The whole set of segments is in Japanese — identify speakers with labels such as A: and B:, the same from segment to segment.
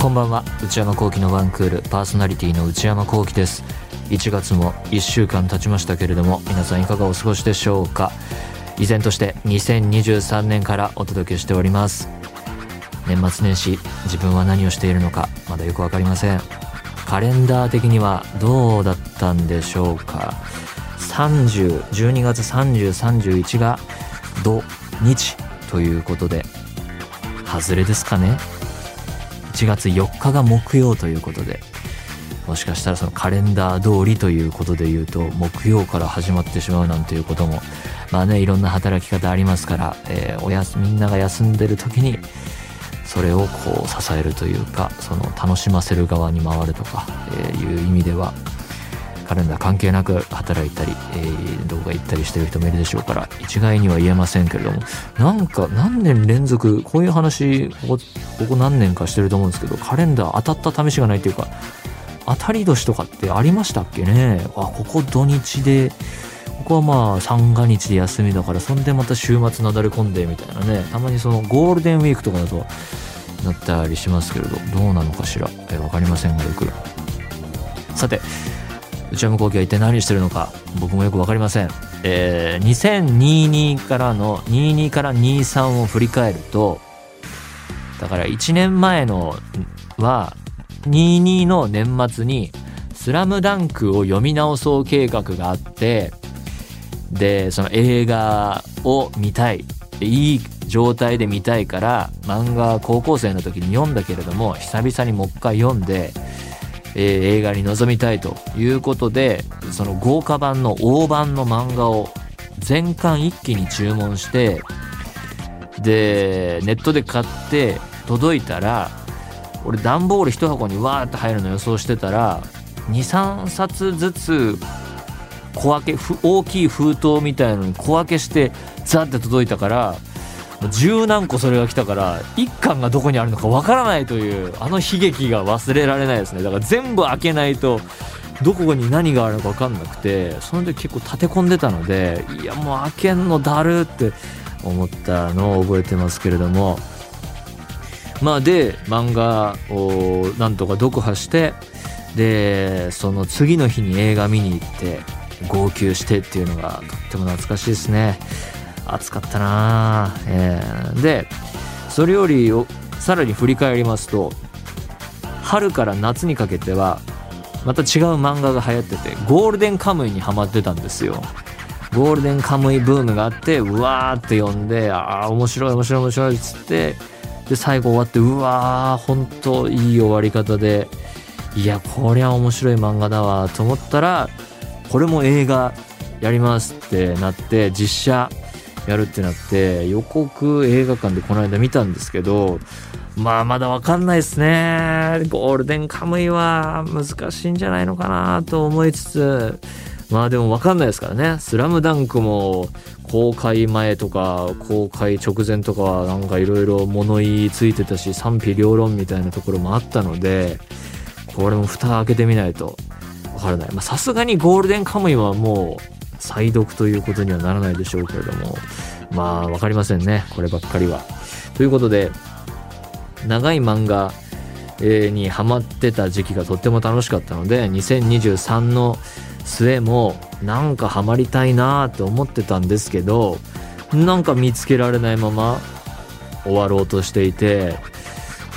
A: こんばんは内山聖輝のワンクールパーソナリティの内山聖輝です1月も1週間経ちましたけれども皆さんいかがお過ごしでしょうか依然として2023年からお届けしております年末年始自分は何をしているのかまだよくわかりませんカレンダー的にはどうだったんでしょうか30 12月3031が土日ということで外れですかね1月4日が木曜ということでもしかしたらそのカレンダー通りということで言うと木曜から始まってしまうなんていうこともまあねいろんな働き方ありますから、えーおやすみんなが休んでる時にそれをこう支えるというかその楽しませる側に回るとか、えーいう意味ではカレンダー関係なく働いたり、えー動画行ったりしてる人もいるでしょうから一概には言えませんけれどもなんか何年連続こういう話ここここ何年かしてると思うんですけどカレンダー当たった試しがないというか当たり年とかってありましたっけねあここ土日でここはまあ三が日で休みだからそんでまた週末なだれ込んでみたいなねたまにそのゴールデンウィークとかだとなったりしますけれどどうなのかしらえ分かりませんがよくさて内山聖輝は一体何してるのか僕もよく分かりません、えー2022からの22から23を振り返るとだから1年前のは22の年末に「スラムダンクを読み直そう計画があってでその映画を見たいでいい状態で見たいから漫画は高校生の時に読んだけれども久々にもう一回読んで、えー映画に臨みたいということでその豪華版の大版の漫画を全巻一気に注文してでネットで買って届いたら俺段ボール1箱にわーって入るの予想してたら23冊ずつ小分けふ大きい封筒みたいのに小分けしてザって届いたから十何個それが来たから一巻がどこにあるのかわからないというあの悲劇が忘れられないですねだから全部開けないとどこに何があるのか分かんなくてその時結構立て込んでたのでいやもう開けんのだるって思ったのを覚えてますけれどもまあで漫画をなんとか読破してでその次の日に映画見に行って号泣してっていうのがとっても懐かしいですね暑かったなあ、えーでそれよりをさらに振り返りますと春から夏にかけてはまた違う漫画が流行っててゴールデンカムイにハマってたんですよゴールデンカムイブームがあってうわーって読んでああ面白い面白い面白いっつってで最後終わってうわー本当いい終わり方でいやこりゃ面白い漫画だわと思ったらこれも映画やりますってなって実写やるってなって予告映画館でこの間見たんですけどまあまだわかんないですねゴールデンカムイは難しいんじゃないのかなと思いつつまあでもわかんないですからね「スラムダンクも公開前とか公開直前とかはなんかいろいろ物言いついてたし賛否両論みたいなところもあったのでこれも蓋開けてみないとわからないまあさすがにゴールデンカムイはもう再読ということにはならないでしょうけれどもまあわかりませんねこればっかりは。ということで長い漫画えーにハマってた時期がとっても楽しかったので2023の末もなんかハマりたいなーって思ってたんですけどなんか見つけられないまま終わろうとしていて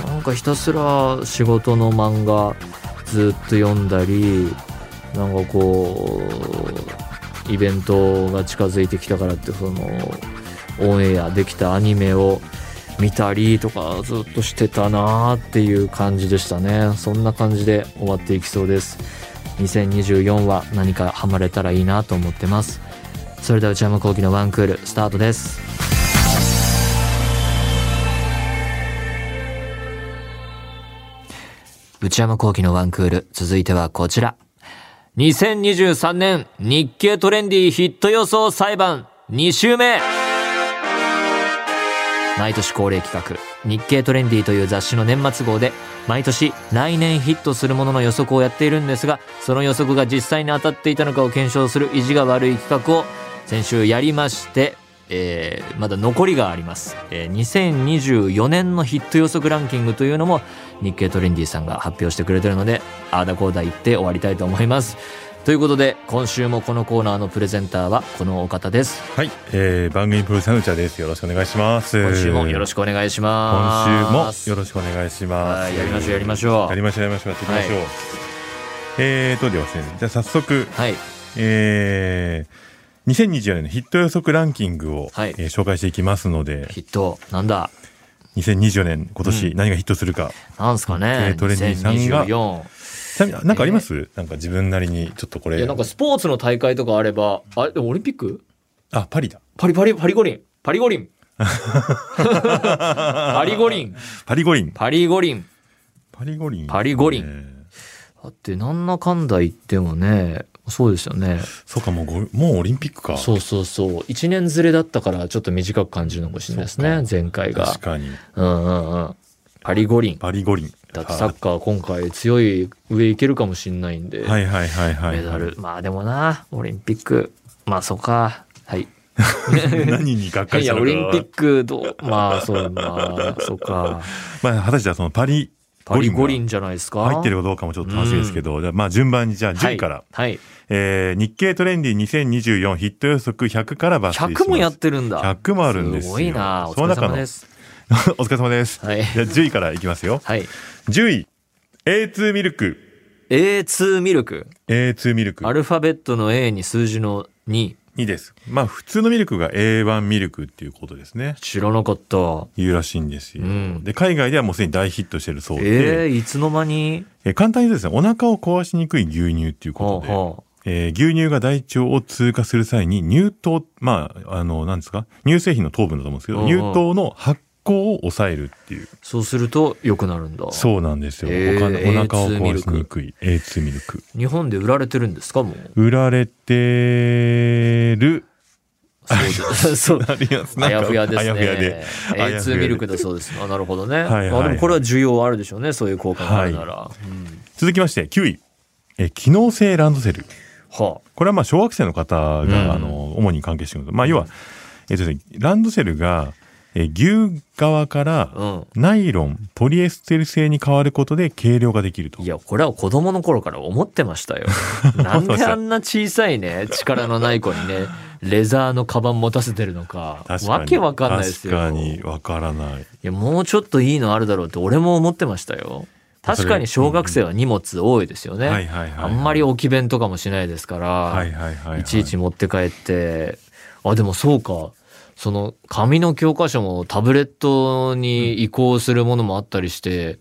A: なんかひたすら仕事の漫画ずっと読んだりなんかこうイベントが近づいてきたからってそのオンエアできたアニメを見たりとかずっとしてたなーっていう感じでしたねそんな感じで終わっていきそうです2024は何かハマれたらいいなと思ってますそれでは内山聖輝のワンクールスタートです内山聖輝のワンクール続いてはこちら2023年日経トレンディヒット予想裁判2週目毎年恒例企画「日経トレンディ」という雑誌の年末号で毎年来年ヒットするものの予測をやっているんですがその予測が実際に当たっていたのかを検証する意地が悪い企画を先週やりましてえーまだ残りがあります、えー2024年のヒット予測ランキングというのも日経トレンディさんが発表してくれてるのであーだこーだ言って終わりたいと思いますということで今週もこのコーナーのプレゼンターはこのお方です
B: はい、えー、番組プロデューサーのうちゃです。よろしくお願いします。
A: 今週もよろしくお願いしま
B: 今
A: す
B: 週もよろしくお願いしま
A: は
B: す。
A: いやりましょうやりましょう
B: やりましょう、やりましょう、やっていきましょう。
A: は
B: えーと、では先生、じゃあ早速、
A: はい
B: えー、2024年のヒット予測ランキングを、
A: はい
B: えー紹介していきますので、
A: ヒットなんだ
B: 2024年、今年何がヒットするか。
A: なんすかね
B: 日経トレンディさん
A: 2024
B: がちなみに、なんかあります、なんか自分なりに、ちょっとこ
A: い
B: れ
A: や、なんかスポーツの大会とかあればあれでもオリンピック
B: あ、パリだ。
A: パリパリパリ五輪パリ五 輪パリ五輪
B: パリ五輪。
A: パリ五輪
B: パリ五輪。
A: パリ五輪
B: えー
A: だってなんだかんだ言ってもねそうですよね
B: そうか、もうご、もうオリンピックか。
A: そうそうそう1年ずれだったからちょっと短く感じるのかもしれないですね前回が
B: 確かに。
A: うんうんうんパリ五輪
B: パリ五輪。
A: だってサッカー今回強い上いけるかもしれないんで、
B: はいはいはいはい。
A: メダルまあでもなオリンピックまあそうかはい
B: 何にがっかり
A: い
B: し
A: や
B: たの
A: オ
B: か。
A: リンピックどうまあそうまあそうか
B: まあ、果たしてそのパリ
A: パ
B: 五
A: リ
B: 輪
A: 五
B: が
A: 輪じゃないですか
B: 入ってるかどうかもちょっと楽しみですけど、じゃあまあ順番にじゃあ10位から、
A: はい、はい
B: えー日経トレンディ2024ヒット予測100から抜粋します。
A: 100もやってるんだ
B: 100もあるんですよ
A: ごいなお
B: そ
A: 疲
B: の
A: れ
B: 中
A: 様
B: の
A: です
B: お疲れ様です。
A: はい
B: じゃあ10位からいきますよ。
A: はい
B: 10位、A2 ミルク。
A: A2 ミルク
B: A2 ミルク
A: ア。ルファベットの A に数字の2
B: 2です。まあ普通のミルクが A1 ミルクっていうことですね。
A: 知らなかった
B: いうらしいんですよ。
A: うん
B: で、海外ではもうすでに大ヒットしてるそうで、
A: えー、いつの間に
B: えー簡単に言うとですね、お腹を壊しにくい牛乳っていうことで、
A: は
B: えー牛乳が大腸を通過する際に乳糖、まあ、あの、なんですか、乳製品の糖分だと思うんですけど、
A: うんうん
B: 乳糖の発酵を抑えるっていう。
A: あ、そうすると良くなるんだ
B: そうなんですよ。
A: へー
B: おかお腹を
A: A2 ミル
B: 壊し
A: ク
B: にくい A2 ミルク。
A: 日本で売られてるんですかもう
B: 売られてる。
A: そうでそう
B: あります
A: あやふやです
B: あ
A: ね。
B: やふやで。あやふ
A: A2
B: やで
A: ミルクだそうです。あなるほどね。
B: はいはい
A: まあでもこれは需要はあるでしょうね。そういう効果があるなら。は
B: 続きまして、9位。えー機能性ランドセル。
A: うんは
B: これはまあ小学生の方が、
A: うん
B: あの主に関係してくるんですまあ要は、えっとですね、ランドセルが、えー牛側から
A: あうん。
B: ナイロンポリエステル製に変わることで軽量ができると
A: いや、これは子供の頃から思ってま したよ。なんであんな小さいね、力のない子にね、レザーのカバン持たせてるのか、
B: 確かに
A: わけわかんないですよ。
B: 確かにわからない
A: いや、もうちょっといいのあるだろうって俺も思ってましたよ。確かに小学生は荷物多いですよね。
B: はいはいはいはい
A: あんまり置き弁とかもしないですから、
B: はいはいはいはい、
A: いちいち持って帰って、あ、でもそうか。その紙の教科書もタブレットに移行するものもあったりして、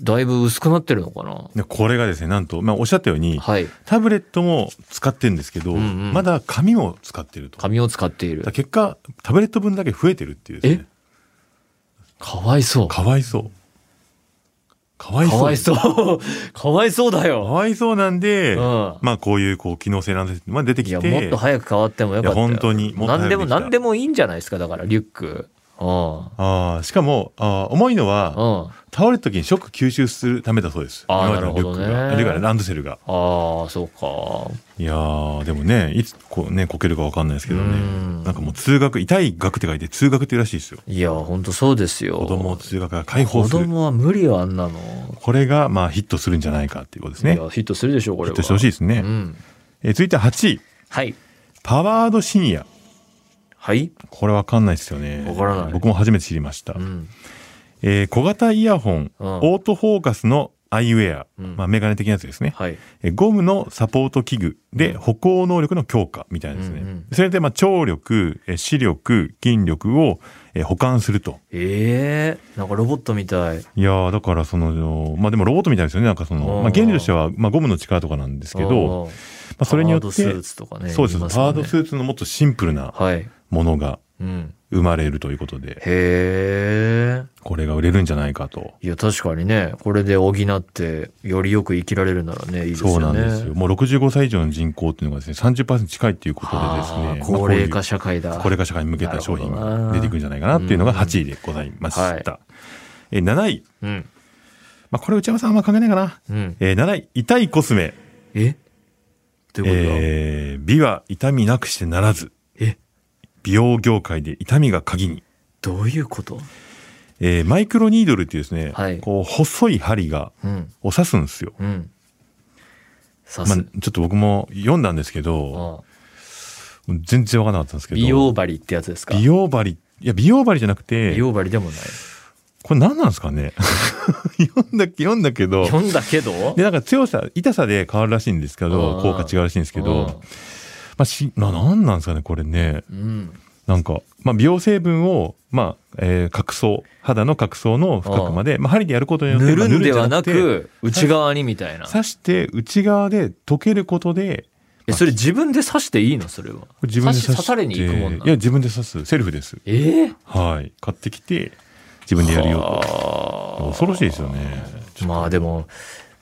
A: だいぶ薄くなってるのかな。
B: でこれがですねなんと、まあ、おっしゃったように
A: はい。
B: タブレットも使ってるんですけど、
A: うんうん
B: まだ紙も使ってるとだか
A: 紙を使っている
B: ら。結果タブレット分だけ増えてるっていうですね
A: かわいそう。か
B: かわいそうかわいそう
A: わいそう。 かわいそうだ
B: か
A: よ。
B: わいそうなんで、
A: うん
B: まあこういうこう機能性なんです、まあ、出てき
A: い
B: て
A: や、もっと早く変わってもよかったよ。
B: いや本当にもっと早く
A: 何でも、
B: できた
A: 何でもいいんじゃないですか、だから、リュック。うん。
B: あーしかもあー重いのは、
A: うん。あ
B: 倒れた時にショック吸収するためだそうです。
A: あー
B: 今までのリュック
A: なるほど
B: が
A: ね
B: あるいはランドセルが。
A: あ、そうか。
B: いやー、でもね、いつこうね、こけるかわかんないですけど
A: う
B: ね。
A: ん
B: なんかもう通学、痛い学って書いて通学っていうらしいですよ。
A: いや、本当そうですよ。
B: 子供を通学から解放
A: 子
B: する。
A: 供は無理よ、あんなの。
B: これが、まあ、ヒットするんじゃないかっていうことです
A: い
B: ね。ヒ
A: や、ヒットするでしょ、これ
B: ッ
A: は。
B: トしてほしいですね。
A: うん。
B: えー続いて8位。
A: はい。
B: パワードシニア。
A: はい。
B: これわかんないですよね。
A: わからない
B: 僕も初めて知りました。
A: うん。
B: えー小型イヤホン、
A: うん
B: オートフォーカスのアイウェア。
A: うん
B: まあ、メガネ的なやつですね。
A: はい。
B: えーゴムのサポート器具で歩行能力の強化みたいなですね。
A: うんうん
B: それで、まあ、聴力、えー視力、筋力を、えー補完すると。
A: ええなんかロボットみたい。
B: いやーだからその、まあでもロボットみたいですよね。なんかそ
A: あ
B: の、
A: ー
B: まあ原理としては、まあゴムの力とかなんですけど、
A: うん、
B: まあそれによって、
A: パワードス
B: そう
A: ー
B: です。
A: ツとかね。
B: パ
A: 言いすよ
B: ワー
A: ね
B: ドスーツのもっとシンプルな
A: はい。
B: ものが
A: うん。
B: 生まれるということ
A: へ
B: で、
A: え。
B: これが売れるんじゃないかと。
A: いや、確かにね、これで補って、よりよく生きられるならね、いいですよね。
B: そうなんですよ。もう65歳以上の人口っていうのがですね、30%近いっていうことでですね
A: はあ、
B: まあ
A: 高齢化
B: こ
A: 社会
B: う
A: だ。
B: いう高齢化社会に向けた商品
A: なるほど
B: が
A: な
B: 出てくるんじゃないかなっていうのが
A: うん
B: 8位でございまし
A: はい
B: た。えー7位。
A: うん。
B: まあ、これ内山さんあんま関係ないかな。
A: うん。
B: えー7位、痛いコスメ。
A: えということだ。
B: えー美は痛みなくしてならず。
A: え
B: 美容業界で痛みが鍵に。
A: どういうこと
B: えーマイクロニードルっていうですね、
A: はい
B: こう細い針が
A: うん
B: を刺すんですよ。
A: うんさ
B: まあ、
A: す、
B: ちょっと僕も読んだんですけど、
A: ああ
B: 全然わからなかったんですけど。
A: 美容針ってやつですか
B: 美容針。いや、美容針じゃなくて、
A: 美容針でもない
B: これ何なんですかね 読んだ、読んだけど、
A: 読んだけど
B: で、なんか強さ、痛さで変わるらしいんですけ
A: う
B: ど
A: ん、
B: 効果違うらしいんですけど、まあ、し、な、なんなんですかね、これね。
A: うん、うん
B: なんか、まあ、美容成分を、まあ、えー、角層、肌の角層の深くまで、まあ、針でやることによって、
A: 塗る
B: まあ
A: んではな
B: 塗るんじゃ
A: く内側にみたいな
B: く刺して、内側で溶けることで、
A: えそれ自分で刺していいのそれは
B: これ自分で刺して。
A: 刺し刺されに行くもんなの
B: いや、自分で刺す。セルフです。
A: ええ
B: はい。買ってきて、自分でやるよ。
A: はあ
B: 恐ろしいですよね。
A: まあでも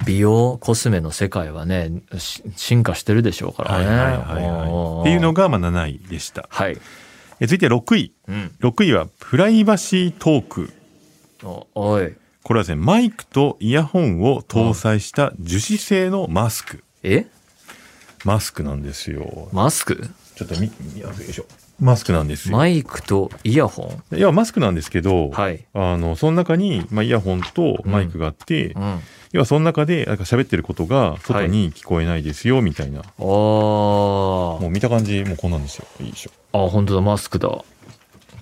A: 美容コスメの世界はねし進化してるでしょうから
B: はい
A: ね。
B: はいはいはい。っていうの
A: が
B: が、まあ、7位でした。
A: はい、
B: え続いて6位。
A: うん、
B: 6位は、プライバシートーク。
A: おおい
B: これはですね、マイクとイヤホンを搭載した樹脂製のマスク。
A: え
B: マスクなんですよ。
A: マスク
B: ちょっとみ、みよいしょ。マスクなんですよ。
A: マイクとイヤホ
B: いや、マスクなんですけど、
A: はい
B: あの、その中に、まあ、イヤホンとマイクがあって、
A: ン、うん、
B: 要はその中で、なんか喋ってることが外に聞こえないですよ、みたいな。
A: あ
B: もう見た感じ、もうこんなんですよ。いいでしょ。
A: ああ本当だマスクだ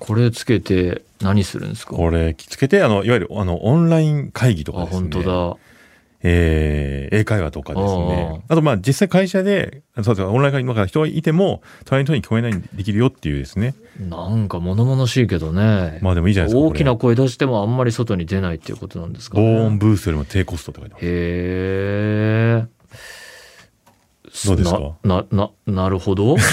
A: これつけて何するんですか
B: これ、つけて、あの、いわゆる、あの、オンライン会議と
A: あ
B: かですね。
A: 本当
B: えー英会話とかです
A: あ
B: ね。あと、まあ、実際会社で、そうですオンライン会議の中で人がいても、隣の人に聞こえないようにできるよっていうですね。
A: だなんか物々しいけどね、
B: まあ、でもいいじゃないですか。
A: 大き
B: こ
A: な声出してもあんまり外に出ないっていうことなんですか
B: れ
A: ね
B: 防音ブースよりも低コストって書いてます。
A: へえ。
B: どうですか
A: な、な、な、なるほど。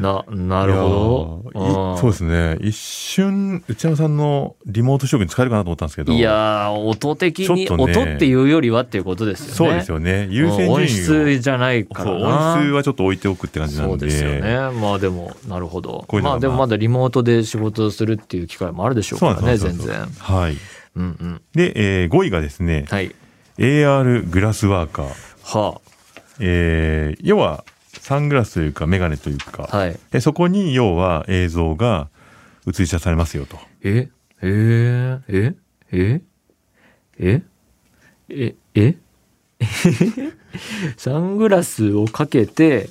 A: な、なるほ
B: いやー
A: ど。。
B: いそうですすね。一瞬、内山さんのリモート証言使えるかなと思ったんですけど。
A: いやー音的に、
B: ちょっとね
A: 音っていうよりはっていうことですよね。
B: そうです
A: よ。
B: よね。優先順位を。
A: 音質じゃないから
B: そう
A: な。
B: 音質はちょっと置いておくって感じなんで。
A: そうですよね。まあでも、なるほど。
B: こういうのが
A: まあでも
B: まあ
A: まだリモートで仕事をするっていう機会もあるでしょう
B: そう
A: か
B: な
A: ら
B: んで
A: ね、
B: す
A: 全
B: よそうなん
A: 然
B: です。はい。
A: うんうん。
B: で、えー5位がですね、
A: はい。
B: AR グラスワーカー。
A: は
B: えー要は、サングラスというか、メガネというか、
A: あ。はい。
B: でそこに要は映像が映し出されますよと。
A: ええー、えええええ サングラスをかけて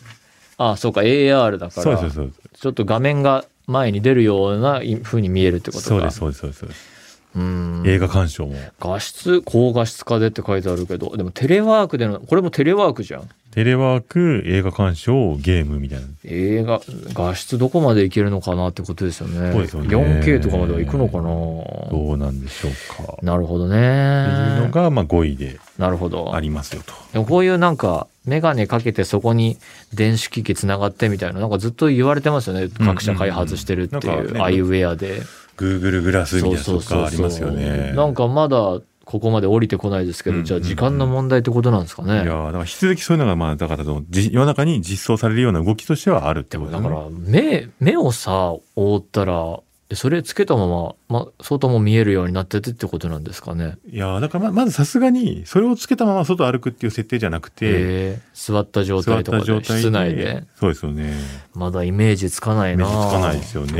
A: あそうか AR だか
B: そう
A: ら
B: です、そうです。
A: ちょっと画面が前に出るようない風に見えるってことか
B: そうです、そうです、そうですそうです。
A: うーん
B: 映画鑑賞も。
A: 画質高画質化でって書いてあるけどでもテレワークでのこれもテレワークじゃん
B: テレワーク、映画鑑賞、ゲームみたいな。
A: 映画画質どこまでいけるのかなってことですよね
B: そうですよね
A: 4K とかまではいくのかな
B: どうなんでしょうか。
A: なるほど
B: っていうの
A: ね
B: が、まあ、5位で
A: なるほど
B: ありますよと。
A: でもこういうなんか、メガネかけてそこに電子機器つながってみたいな、なんかずっと言われてますよね。
B: うん
A: 各社開発してるって
B: ないんか
A: う、
B: ね
A: アイウェアで。
B: Google グラスみたい
A: そう
B: な
A: そうそ
B: と
A: う
B: かあります
A: そ
B: よね。
A: う。なんかまだここまで降りてこないですけ
B: うん
A: ど、
B: うん
A: じゃあ時間の問題ってことなんですか
B: いや
A: ね。
B: ーだから引き続きそういうのが、まあ、だからその、じ世の中に実装されるような動きとしてはあるっ
A: で
B: てこ
A: も
B: と
A: だ
B: ね
A: から、目、目をさ、覆ったら、それつけたまま、ま、外も見えるようになっててってことなんですかね。
B: いやーだからま、まずさすがに、それをつけたまま外歩くっていう設定じゃなくて、
A: へえ座った状
B: 座っ
A: 態とか
B: た状
A: で、
B: 態で。
A: 室内で。。
B: そうですよね。
A: まだイメージつかない
B: 目
A: な
B: につかないですよね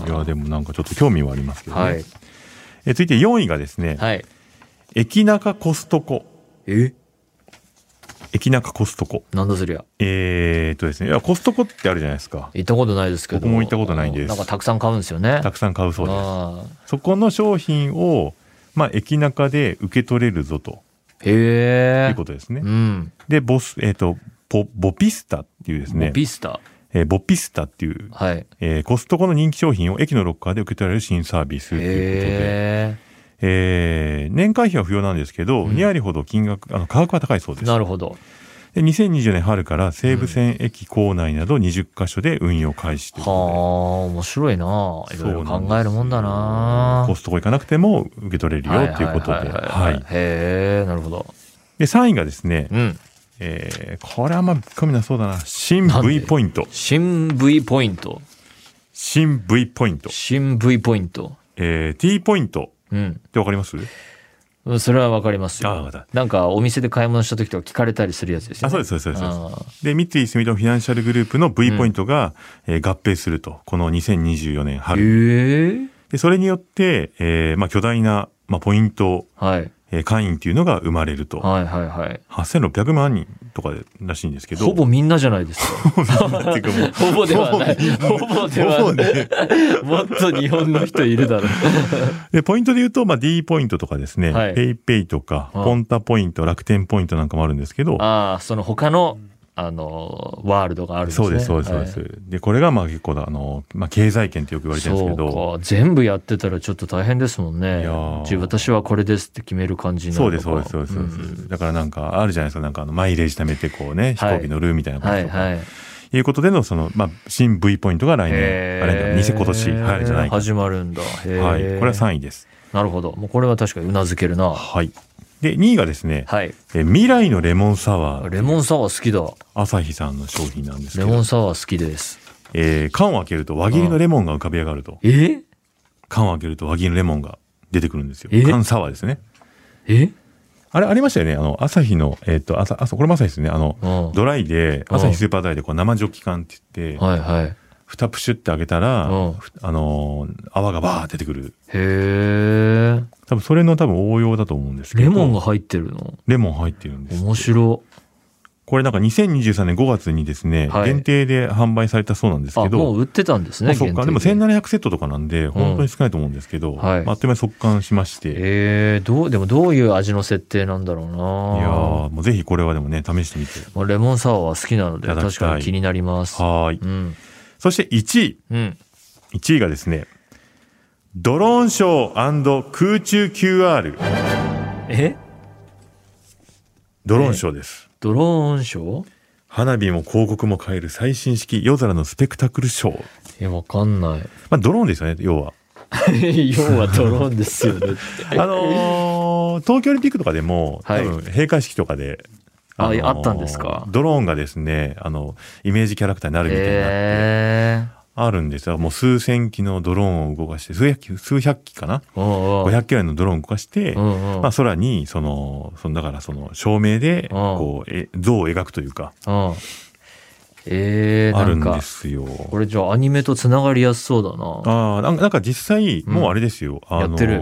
A: う。ん
B: いやーでもなんかちょっと興味はありますけどね。
A: はい。
B: え続いて4位がですね、
A: はい。
B: 駅中コストコ。
A: え
B: 駅中コストコ。
A: なんだそりゃ。
B: えー、っとですね、いや、コストコってあるじゃないですか。
A: 行ったことないですけど
B: 僕も行ったことないんです
A: なんかたくさん買うんですよね
B: たくさん買うそうです。
A: あ
B: そこの商品を、まあ、駅中で受け取れるぞと
A: ーへえ
B: いうことですね
A: う。ん
B: で、ボス、えっ、と、ボ、ボピスタっていうですね、
A: ビスタ
B: えーボピスタっていう、
A: はい
B: えーコストコの人気商品を駅のロッカーで受け取られる新サービスということで、
A: へ
B: えー年会費は不要なんですけど、
A: うん
B: 2割ほど金額、あの、価格は高いそうで
A: え
B: す。
A: なるほど
B: で2020年春から西武線駅構内など20カ所で運用開始とい
A: は
B: う
A: あ
B: こ
A: 面白いな
B: と
A: い
B: で
A: ろいろ
B: そう
A: 考
B: んです
A: えるもんだな
B: コストコ行かなくても受け取れるよっていうことで。
A: はは
B: は
A: はい
B: い。
A: へえなるほど
B: で、3位がですね、
A: うん
B: えーこれはあんま込みなそうだな。新
A: なんで
B: V ポイント。
A: 新 V ポイント
B: 新 V ポイント。
A: 新 V ポイント
B: えー T ポイント
A: うん
B: ってわかります
A: うんそれはわかります
B: あわかっ
A: よ
B: た。
A: なんかお店で買い物した時とか聞かれたりするやつですよ、ね。
B: あそうですそうですそうです
A: あ
B: で、三井住友フィナンシャルグループの V ポイントが、えー合併すると、この2024年
A: ー
B: 春。
A: え
B: で、それによって、えーまあ、巨大な、まあ、ポイント、
A: ーはい。
B: えー会員っていうのが生まれると。
A: はいはいはい。
B: 8600万人とからしいんですけど。
A: ほ ぼみんなじゃないですか。
B: っていうかもう
A: ほぼではない。ほぼではない。もっと日本の人いるだろう。
B: で、ポイントで言うと、まあ、D ポイントとかですね、
A: はい
B: ペイペイとか、
A: うん
B: ポンタポイント、楽天ポイントなんかもあるんですけど、
A: ああ、その他の、あの、ワールドがあるんですね。
B: そうです、そうです、そうです。
A: はい
B: で、これが、まあ、結構だ、あの、まあ、経済圏ってよく言われてるんですけど、
A: そうか全部やってたらちょっと大変ですもんね
B: いやー
A: じ私はこれですって決める感じにな
B: そう
A: る
B: で
A: の
B: す、
A: か
B: そうです、そうです。そうです
A: ん
B: だからなんか、あるじゃないですか、なんか、あの、マイレージ貯めて、こうね、飛
A: はい
B: 行機乗るみたいなこととか、
A: はい
B: い
A: はい
B: うことでの、その、まあ、新 V ポイントが来
A: へ
B: 年、
A: ー
B: あれだ、偽今年、はい、じゃないか。
A: 始まるんだへー
B: はい。これは3位です。
A: なるほどもうこれは確かにうなずけるな
B: はい。で、2位がですね、
A: はい
B: え未来のレモンサワー、
A: レモンサワー好きだ
B: 朝日さんの商品なんですけ
A: レ
B: ど。
A: モンサワー好きです
B: えー缶を開けると輪切りのレモンが浮かび上がると。
A: え
B: 缶を開けると輪切りのレモンが出てくるんですよ
A: え。
B: 缶サワーですね。
A: え
B: あれ、ありましたよね。あの、朝日の、えっ、と、朝、朝、これも朝日ですね。あの、
A: うん
B: ドライで、
A: うん
B: 朝日スーパードライで、こう、生ジョッキ缶って言って、
A: はいはいへ
B: 蓋プシュって開けたら、
A: うん
B: ふあのー泡がバーって出てくる。
A: え
B: 多分、それの多分応用だと思うんですけ
A: レ
B: ど。
A: モンが入ってるの
B: レモン入ってるんです。
A: 面白
B: これなんか2023年5月にですね、
A: はい
B: 限定で販売されたそうなんです
A: あ
B: けど、
A: もう売ってたんですね
B: あそっか、でも
A: 限定
B: 1700セットとかなんで、本当に少ないと思うんですけど、
A: はい
B: まああっという間に速乾しまして、
A: えー、どうでもどういう味の設定なんだろうない
B: やーもうぜひこれはでもね、試してみて。
A: まあ、レモンサワーは好きなので
B: いただきたい
A: 確かに気になります
B: はーい。
A: うん
B: そして1位。
A: うん
B: 1位がですね、ドローンショー空中 QR。
A: え
B: ドローンショーです。
A: ドローンショー
B: 花火も広告も変える最新式夜空のスペクタクルショー。
A: えわかんない
B: まあ、ドローンですよね、要は。
A: 要はドローンです よね
B: あのー東京オリンピックとかでも、
A: はい
B: 多分閉会式とかで、
A: あ
B: のー
A: あったんですか
B: ドローンがですね、あの、イメージキャラクターになるみたいになって、
A: え
B: あるんですよ。もう数千機のドローンを動かして、数百機、数百機かな
A: ー、おうおう
B: ?500 機ぐらいのドローンを動かして、
A: うんうん
B: まあ空に、その、そのだからその照明で、
A: うん
B: こう、え像を描くというか、
A: うんえー、
B: あ
A: な
B: る
A: ん
B: ん
A: か
B: ですよ。
A: これじゃあアニメとつながりやすそうだな
B: ああ、なんかなんか実際、
A: うん
B: もうあれですよ。あ
A: やってる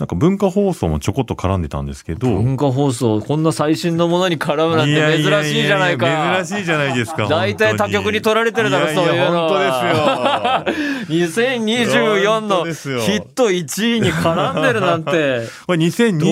B: なんか文化放送もちょこっと絡んでたんですけど、
A: 文化放送こんな最新のものに絡むなんて珍しいじゃないか
B: や珍しいじゃないですか。
A: 大体他局に取られてるだろ
B: 本当に
A: そういうのはい
B: やいや本当です よ。
A: 2024の
B: 本当
A: ヒ
B: ですよ
A: ット1位に絡んでるなん て
B: これ
A: どうしちゃったんだ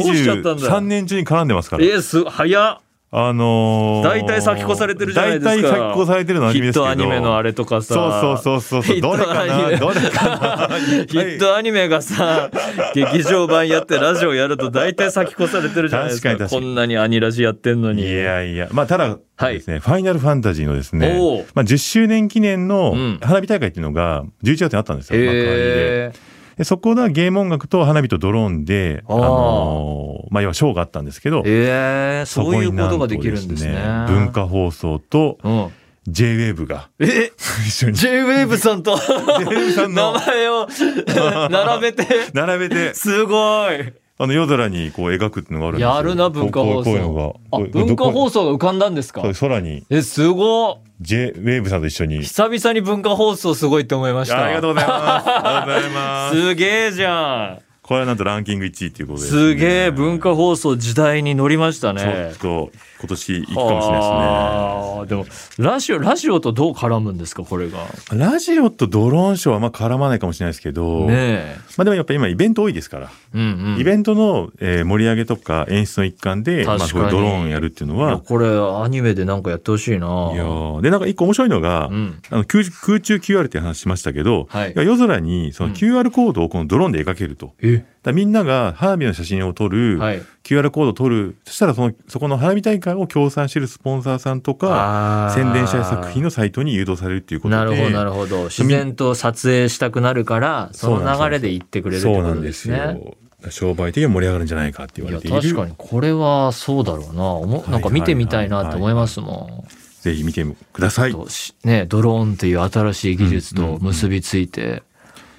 B: 2023年中に絡んでますから。
A: えー、す早っ
B: あのー、
A: 大体先越されてるじゃないですか
B: 大体先越されてるのはアニ
A: ヒッ
B: メですけど
A: トアニメのあ
B: れ
A: れとかさ
B: そうそうそうそう
A: ヒッ
B: どれ
A: トア
B: か
A: ニメ
B: などれかな
A: ヒットアニメがさ劇場版やってラジオやると大体先越されてるじゃないですか
B: 確かに確かに
A: こんなにアニラジやってんの
B: い
A: に
B: やいやまあただ
A: はい
B: ですね、ファイナルファンタジーのですね
A: おう、
B: まあ、10周年記
A: う
B: 念
A: ん
B: の花火大会っていうのが11月にあったんですよ、幕張で
A: へえ
B: でそこがゲーム音楽と花火とドローンで、
A: あ
B: あ
A: ー
B: のーまあ、要はショーがあったんですけど
A: えー、そういうこ
B: なん
A: とができるんですね
B: 文、化放送と
A: うん
B: JWAVE が
A: え
B: 一緒に
A: J-WAVE さん と
B: JWAVE さん
A: 名
B: の
A: 前を 並べて
B: 並べて
A: すごい
B: あの夜空にこう描くっていうのがあるんですよ
A: やるな文化
B: こ
A: 放
B: うこうこういうのが
A: 送あ
B: こう
A: 文化放送が浮かんだんですか
B: そう空に
A: えすご
B: J ウェーブさんと一緒に
A: い。久々に文化放送すごいって思いました
B: あありがとうございます。ありがとうございます。
A: すげえじゃん
B: これはなんとランキング1位ということです、
A: すげえ文化放送時代に乗りました
B: ちょ
A: ね
B: っと今年行くかもしれない
A: あーでもラジオラジオとどう絡むんですかこれが
B: ですね。ラジオとドローンショーはあんま絡まないかもしれないですけど、
A: ねえ
B: まあでもやっぱ今イベント多いですから、
A: うんうん
B: イベントの、えー盛り上げとか演出の一環で、まあ
A: 確か
B: そ
A: に
B: ういうドローンやるっていうの
A: いや
B: は、
A: これアニメでなんかやってほしいない
B: やーで、なんか一個面白いのが、
A: うん
B: あの空空中 QR っていう話しましたけど、
A: はい
B: や夜空にそ
A: うん
B: の QR コードをこのドローンで描けると。
A: え
B: だからみんなが花火の写真を撮る、
A: はい
B: QR コードを取る、そしたらその、そこの花火大会を協賛しているスポンサーさんとか、
A: あー
B: 宣伝したい作品のサイトに誘導されるっていうことで。
A: なるほどなるほど自然と撮影したくなるからその流れで行ってくれるって
B: そう
A: こ
B: な
A: と
B: んで
A: ですすね
B: よ。商売的には盛り上がるんじゃないかって言
A: い
B: われ
A: や
B: ている。
A: 確かにこれはそうだろうなおもなんか見てみたいなって思いますもん、
B: ぜひ見てください。
A: としね、ドローンという新しい技術と結びついて、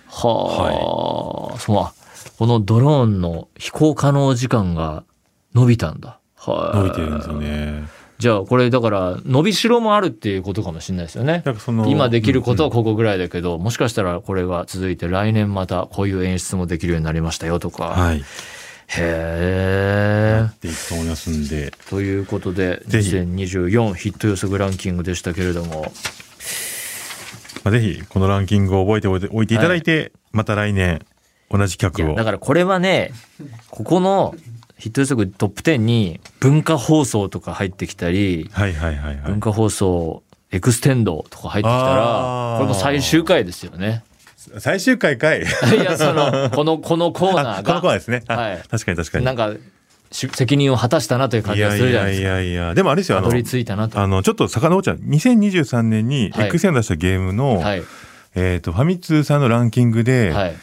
A: はあ、そうあこのドローンの飛行可能時間が伸びたんだ。はい。
B: 伸びてるんですよ。ね。
A: じゃあこれだから伸びしろもあるっていうことかもしれないですよね。
B: なんかその
A: 今できることは
B: うん
A: ここぐらいだけど、もしかしたらこれが続いて来年またこういう演出もできるようになりましたよとか。
B: うんはい。
A: へえ。
B: でいくと思いますんで、
A: ということで、
B: ぜひ
A: 2024ヒット予測ランキングでしたけれども、
B: まあ、ぜひこのランキングを覚えておいておいていただいて、また来年同じ
A: い
B: 企
A: や
B: 画を
A: だからこれはね、ここのヒット予測トップ10に文化放送とか入ってきたり、
B: はいはいはいはい
A: 文化放送エクステンドとか入ってきたら
B: あー、
A: これも最終回ですよね。
B: 最終回かい
A: いや、その、この、このコーナ
B: あ
A: ー
B: このコーナー
A: が、
B: ですね、あ
A: はい
B: 確かに確かに
A: なんか、し責任を果たしたなという感
B: い
A: じが
B: や
A: す
B: い
A: るじゃな
B: や
A: いです
B: い
A: か。
B: やいやでもあれですよあ
A: た
B: の
A: どり着いたなと。
B: あのちょっと遡っちゃう2023年に
A: はい
B: X を出したゲームの、
A: はい。
B: えー、とファミ通さんのランキングで、
A: はい。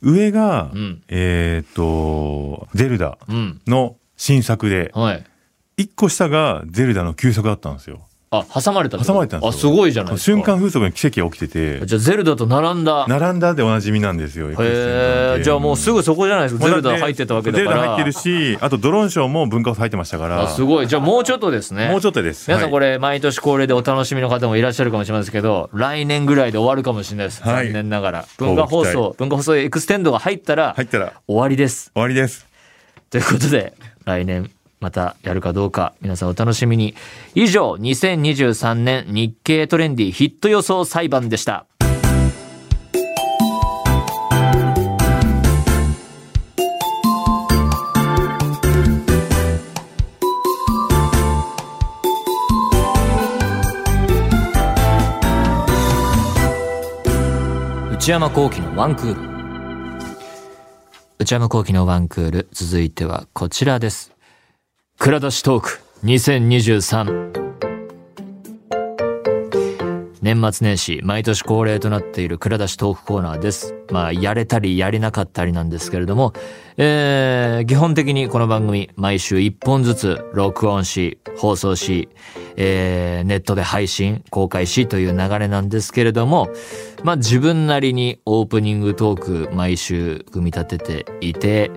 B: 上が、
A: うん
B: えっ、と「ゼルダ
A: うん。」
B: の新作で
A: はい。
B: 1個下が「ゼルダ」の旧作だったんですよ
A: あ、挟まれたってこと
B: 挟まれたんですよ
A: あ、すごいじゃないですか。
B: 瞬間風速に奇跡が起きてて
A: じゃあ、ゼルダと並んだ。
B: 並んだでおなじみなんですよ
A: へえ、じゃあもうすぐそこじゃないですか。ゼルダ入ってたわけだから。
B: ゼルダ入ってるしあとドローンショーも文化放送入ってましたか
A: あ、
B: ら
A: すごい。じゃあもうちょっとですね。
B: もうちょっとです
A: 皆さんこ
B: れ、
A: れ、毎年恒例でお楽しみの方もいらっしゃるかもしれませんけど、来年ぐらいで終わるかもしれないです。
B: はい
A: 残念ながら。文化放
B: 乞うご
A: 送、文化放送エクステンドが入ったら、
B: はい入ったら
A: 終わりです。
B: 終わりです
A: ということで、来年またやるかどうか、皆さんお楽しみに。以上、2023年日経トレンディヒット予想裁判でした。内山幸喜のワンクール。内山幸喜のワンクール続いてはこちらです蔵出しトーク2023年末年始毎年恒例となっている蔵出しトークコーナーですまあやれたりやれなかったりなんですけれどもえー基本的にこの番組毎週1本ずつ録音し放送し、えーネットで配信公開しという流れなんですけれどもまあ自分なりにオープニングトーク毎週組み立てていて、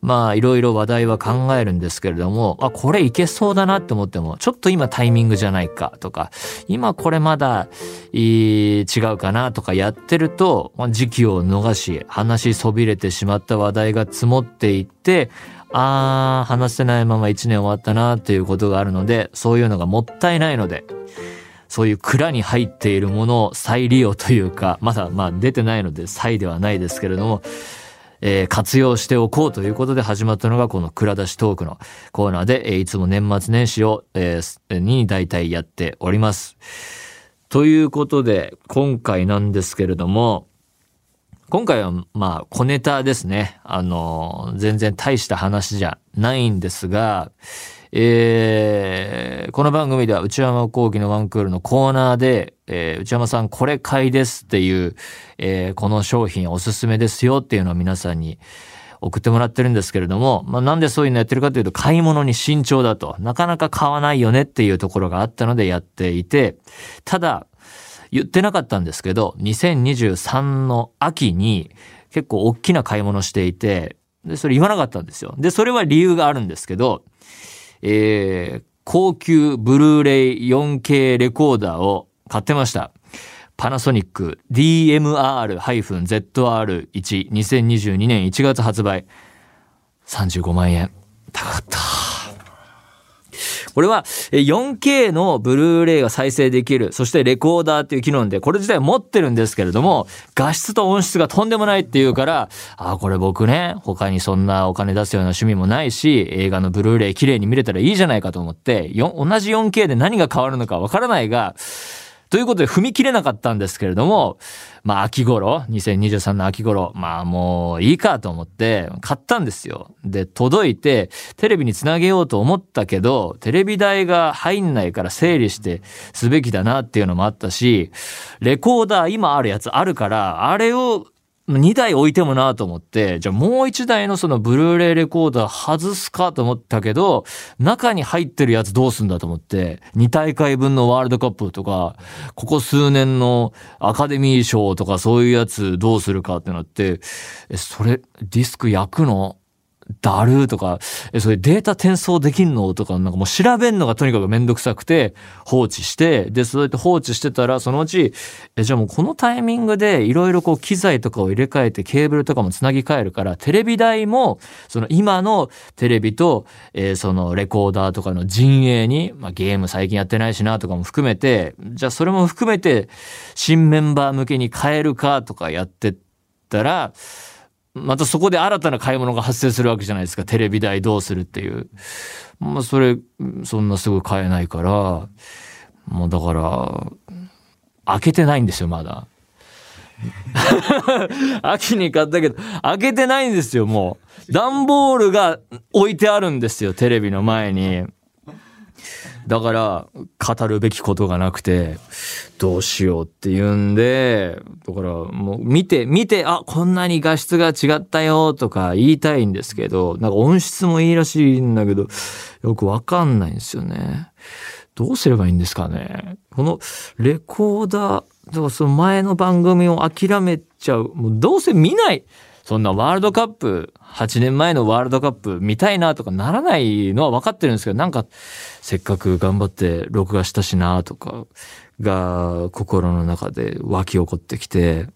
A: まあいろいろ話題は考えるんですけれども、あ、これいけそうだなって思っても、ちょっと今タイミングじゃないかとか、今これまだいい違うかなとかやってると、まあ時期を逃し、話しそびれてしまった話題が積もっていって、あー、話せないまま一年終わったなっていうことがあるので、そういうのがもったいないので、そういう蔵に入っているものを再利用というか、まだまあ出てないので再ではないですけれども、えー活用しておこうということで始まったのがこの蔵出しトークのコーナーで、えーいつも年末年始を、えーすに大体やっております。ということで、今回なんですけれども、今回はまあ小ネタですね。あの、全然大した話じゃないんですが、えーこの番組では内山幸輝のワンクールのコーナーで、えー内山さんこれ買いですっていう、えーこの商品おすすめですよっていうのを皆さんに送ってもらってるんですけれども、まあ、なんでそういうのやってるかというと買い物に慎重だと、なかなか買わないよねっていうところがあったのでやっていて、ただ、言ってなかったんですけど、2023の秋に結構大きな買い物していて、で、それ言わなかったんですよ。で、それは理由があるんですけど、えー高級ブルーレイ 4K レコーダーを買ってました。パナソニック DMR-ZR1 2022年1月発売。35万円。高かった。これはえー 4K のブルーレイが再生できる、そしてレコーダーっていう機能で、これ自体持ってるんですけれども、画質と音質がとんでもないっていうから、ああ、これ僕ね、他にそんなお金出すような趣味もないし、映画のブルーレイ綺麗に見れたらいいじゃないかと思って、よ同じ 4K で何が変わるのかわからないが、ということで踏み切れなかったんですけれども、まあ秋頃、2023の秋頃、まあもういいかと思って買ったんですよ。で、届いてテレビにつなげようと思ったけど、テレビ台が入んないから整理してすべきだなっていうのもあったし、レコーダー今あるやつあるから、あれを2台置いてもなと思って、じゃあもう1台のそのブルーレイレコーダー外すかと思ったけど、中に入ってるやつどうすんだと思って、2大会分のワールドカップとか、ここ数年のアカデミー賞とかそういうやつどうするかってなって、え、それディスク焼くのだるーとか、え、それデータ転送できんのとか、なんかもう調べんのがとにかくめんどくさくて、放置して、で、そうやって放置してたら、そのうち、え、じゃあもうこのタイミングでいろいろこう機材とかを入れ替えてケーブルとかもつなぎ替えるから、テレビ台も、その今のテレビと、えーそのレコーダーとかの陣営に、まあゲーム最近やってないしなとかも含めて、じゃあそれも含めて、新メンバー向けに変えるかとかやってったら、またそこで新たな買い物が発生するわけじゃないですか。テレビ台どうするっていう。まあそれ、そんなすぐ買えないから、もうだから、開けてないんですよ、まだ。秋に買ったけど、開けてないんですよ、もう。段ボールが置いてあるんですよ、テレビの前に。だから、語るべきことがなくて、どうしようって言うんで、だからもう見て、見て、あ、こんなに画質が違ったよとか言いたいんですけど、なんか音質もいいらしいんだけど、よくわかんないんですよね。どうすればいいんですかね。このレコーダー、だからその前の番組を諦めちゃう。もうどうせ見ない。そんなワールドカップ、8年前のワールドカップ見たいなとかならないのは分かってるんですけど、なんかせっかく頑張って録画したしなとかが心の中で湧き起こってきて、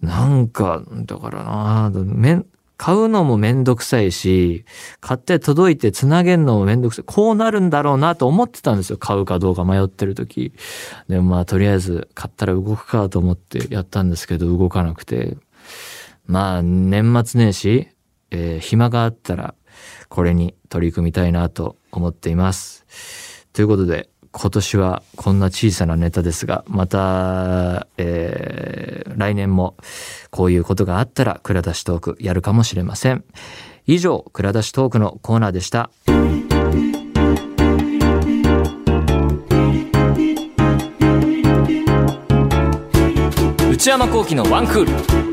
A: なんか、だからなめん買うのもめんどくさいし、買って届いてつなげんのもめんどくさい。こうなるんだろうなと思ってたんですよ。買うかどうか迷ってる時。でもまあとりあえず買ったら動くかと思ってやったんですけど動かなくて。まあ年末年始、えー暇があったらこれに取り組みたいなと思っています。ということで今年はこんな小さなネタですがまた、えー来年もこういうことがあったら蔵出しトークやるかもしれません。以上蔵出しトークのコーナーでした。内山幸喜のワンクール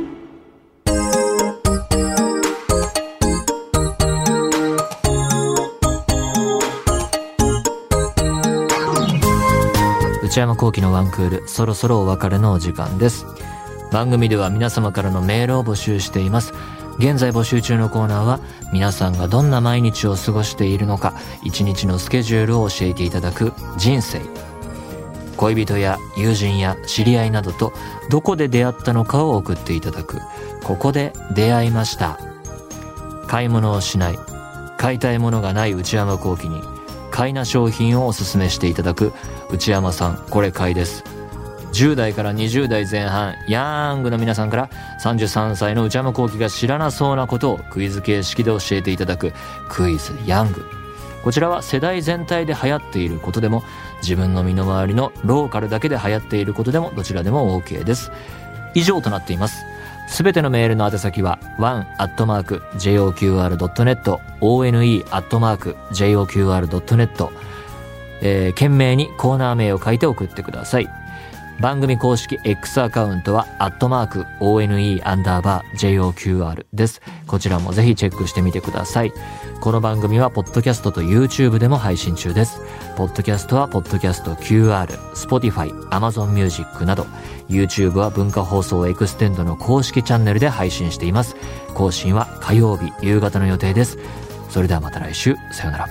A: 内山幸喜のワンクールそろそろお別れのお時間です番組では皆様からのメールを募集しています現在募集中のコーナーは皆さんがどんな毎日を過ごしているのか一日のスケジュールを教えていただく「人生」恋人や友人や知り合いなどとどこで出会ったのかを送っていただく「ここで出会いました」買い物をしない買いたいものがない内山幸輝に買いな商品をおすすめしていただく内山さんこれ買いです10代から20代前半ヤングの皆さんから33歳の内山幸輝が知らなそうなことをクイズ形式で教えていただくクイズヤングこちらは世代全体で流行っていることでも自分の身の回りのローカルだけで流行っていることでもどちらでも OK です以上となっていますすべてのメールの宛先は one.joqr.net one.joqr.net えー、件名にコーナー名を書いて送ってください番組公式 X アカウントは、アットマーク、ONE アンダーバー JOQR です。こちらもぜひチェックしてみてください。この番組は、ポッドキャストと YouTube でも配信中です。ポッドキャストは、ポッドキャスト QR、Spotify、Amazon Music など、YouTube は文化放送エクステンドの公式チャンネルで配信しています。更新は火曜日、夕方の予定です。それではまた来週、さようなら。